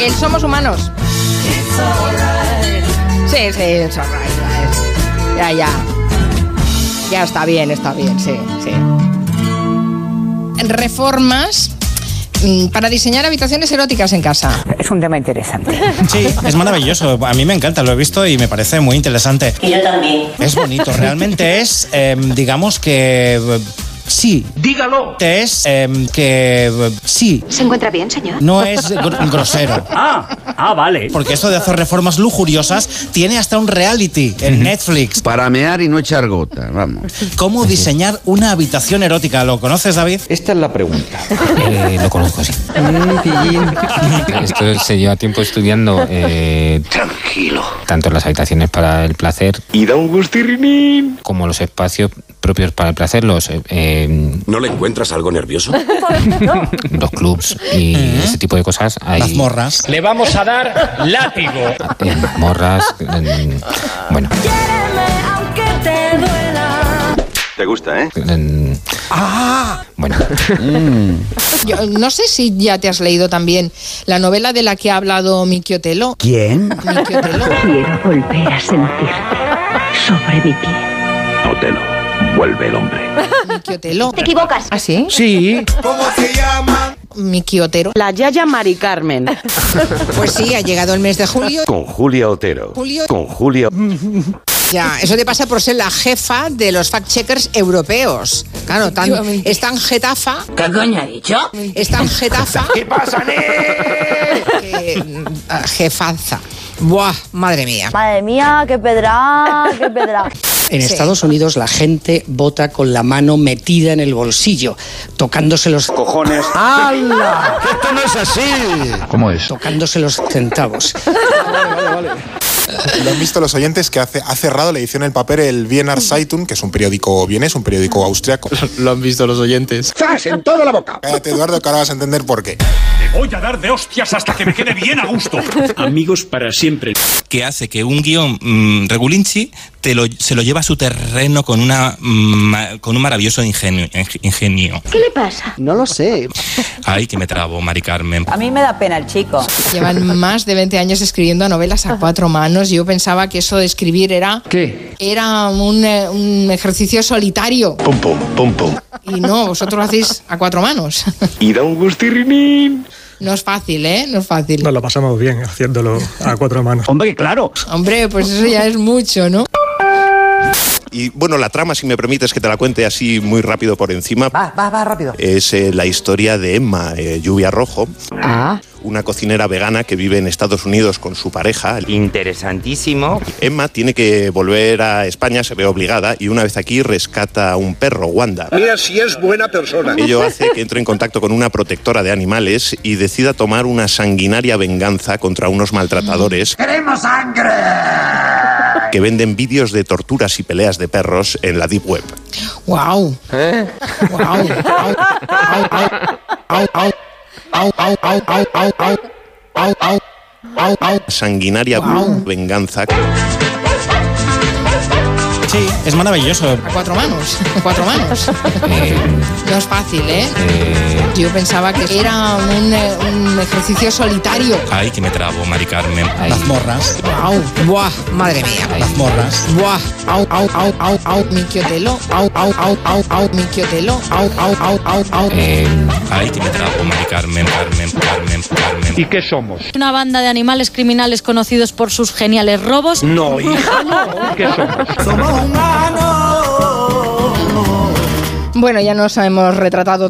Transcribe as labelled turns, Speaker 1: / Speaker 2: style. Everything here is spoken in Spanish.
Speaker 1: El Somos Humanos. Sí, sí, it's alright, right. Ya, ya. Ya está bien, está bien, sí, sí. Reformas mm, para diseñar habitaciones eróticas en casa.
Speaker 2: Es un tema interesante.
Speaker 3: Sí, es maravilloso. A mí me encanta, lo he visto y me parece muy interesante.
Speaker 4: Y yo también.
Speaker 3: Es bonito, realmente es, eh, digamos que... eh, Sí. Dígalo. Es eh, que... eh, Sí.
Speaker 5: ¿Se encuentra bien, señor?
Speaker 3: No es gr- grosero.
Speaker 6: Ah, ah, vale.
Speaker 3: Porque esto de hacer reformas lujuriosas tiene hasta un reality en Netflix.
Speaker 7: Para mear y no echar gota, vamos.
Speaker 3: ¿Cómo diseñar una habitación erótica? ¿Lo conoces, David?
Speaker 7: Esta es la pregunta.
Speaker 8: Eh, lo conozco, sí.
Speaker 3: Mm,
Speaker 8: Esto se lleva tiempo estudiando. eh,
Speaker 7: Tranquilo.
Speaker 8: tanto las habitaciones para el placer
Speaker 7: Y da un gustirrinín.
Speaker 8: como los espacios propios para el placer, los, eh, eh,
Speaker 9: ¿No le encuentras algo nervioso?
Speaker 8: los clubs y ese tipo de cosas. Hay,
Speaker 3: Las morras.
Speaker 6: Le vamos a dar látigo.
Speaker 8: eh, morras, eh, bueno,
Speaker 9: Te gusta, ¿eh?
Speaker 8: eh,
Speaker 3: Ah.
Speaker 8: bueno,
Speaker 1: Yo no sé si ya te has leído también la novela de la que ha hablado Miki Otelo.
Speaker 7: ¿Quién?
Speaker 1: Miki Otelo.
Speaker 2: Quiero volver a sentirte sobre mi piel.
Speaker 9: Otelo, vuelve el hombre.
Speaker 1: Miki Otelo.
Speaker 5: Te equivocas.
Speaker 1: ¿Ah, sí?
Speaker 7: Sí.
Speaker 1: Miki Otero.
Speaker 2: La Yaya Mari Carmen.
Speaker 1: Pues sí, ha llegado el mes de julio.
Speaker 9: Con Julia Otero.
Speaker 1: Julio.
Speaker 9: Con Julia.
Speaker 1: Ya, eso te pasa por ser la jefa de los fact-checkers europeos. Claro, tan,
Speaker 2: Efectivamente.
Speaker 1: es tan getafa,
Speaker 4: ¿Qué coño ha dicho?
Speaker 1: es tan getafa
Speaker 7: ¿Qué pasa,
Speaker 1: que mm, ah, jefaza. Buah, madre mía.
Speaker 10: Madre mía, qué pedra, qué pedra.
Speaker 11: En
Speaker 1: Sí.
Speaker 11: Estados Unidos la gente vota con la mano metida en el bolsillo, tocándose los,
Speaker 9: Cojones.
Speaker 7: ¡Hala! ¡Esto no es así!
Speaker 8: ¿cómo es?
Speaker 11: tocándose los centavos.
Speaker 12: Lo han visto los oyentes que hace, ha cerrado la edición en el papel el Wiener Zeitung, que es un periódico vienés, un periódico austriaco.
Speaker 6: Lo han visto los oyentes.
Speaker 7: ¡Zas! ¡En toda la boca!
Speaker 12: Cállate, Eduardo, que ahora vas a entender por qué.
Speaker 6: Te voy a dar de hostias hasta que me quede bien a gusto. Amigos para siempre.
Speaker 3: que hace que un guión mm, regulinchi te lo, se lo lleva a su terreno con, una, mm, con un maravilloso ingenio, ingenio.
Speaker 5: ¿Qué le pasa?
Speaker 2: No lo sé.
Speaker 3: Ay, que me trabo, Mari Carmen.
Speaker 4: A mí me da pena el chico.
Speaker 1: Llevan más de 20 años escribiendo novelas a cuatro manos. Yo pensaba que eso de escribir era,
Speaker 7: ¿Qué?
Speaker 1: era un, eh, un ejercicio solitario.
Speaker 7: Pum, pum, pum, pum.
Speaker 1: Y no, vosotros lo hacéis a cuatro manos.
Speaker 9: Y da un gustirrinín.
Speaker 1: No es fácil, ¿eh? No es fácil.
Speaker 6: Nos lo pasamos bien haciéndolo a cuatro manos.
Speaker 7: Hombre, claro.
Speaker 1: Hombre, pues eso ya es mucho, ¿no?
Speaker 9: Y bueno, la trama, si me permites que te la cuente así muy rápido por encima,
Speaker 2: Va, va, va, rápido.
Speaker 9: es eh, la historia de Emma, eh, Lluvia Rojo,
Speaker 2: Ah.
Speaker 9: una cocinera vegana que vive en Estados Unidos con su pareja.
Speaker 2: Interesantísimo.
Speaker 9: Emma tiene que volver a España, se ve obligada, y una vez aquí rescata a un perro, Wanda.
Speaker 12: Mira si es buena persona.
Speaker 9: Ello hace que entre en contacto con una protectora de animales y decida tomar una sanguinaria venganza contra unos maltratadores. ¡Queremos sangre! Que venden vídeos de torturas y peleas de perros en la Deep Web.
Speaker 1: Wow. Wow.
Speaker 9: Sanguinaria venganza.
Speaker 3: Sí, es maravilloso.
Speaker 1: A cuatro manos. A cuatro manos.
Speaker 8: Eh,
Speaker 1: No es fácil, ¿eh?
Speaker 8: eh,
Speaker 1: Yo pensaba que era un, eh, un ejercicio solitario.
Speaker 3: Ay, que me trabo, Mari Carmen.
Speaker 8: Ay.
Speaker 3: Las morras.
Speaker 1: Au, buah, madre mía.
Speaker 3: Las morras.
Speaker 1: Buah, au, au, au, au, au, Miki Otelo, au, au, au, au, au, Miki Otelo, au, au, au, au, au.
Speaker 8: eh,
Speaker 3: Ay, que me trabo, Mari Carmen, Carmen, Carmen, Carmen.
Speaker 7: qué somos?
Speaker 10: Una banda de animales criminales conocidos por sus geniales robos.
Speaker 7: No, hija, no. ¿Qué somos?
Speaker 1: Bueno, ya nos hemos retratado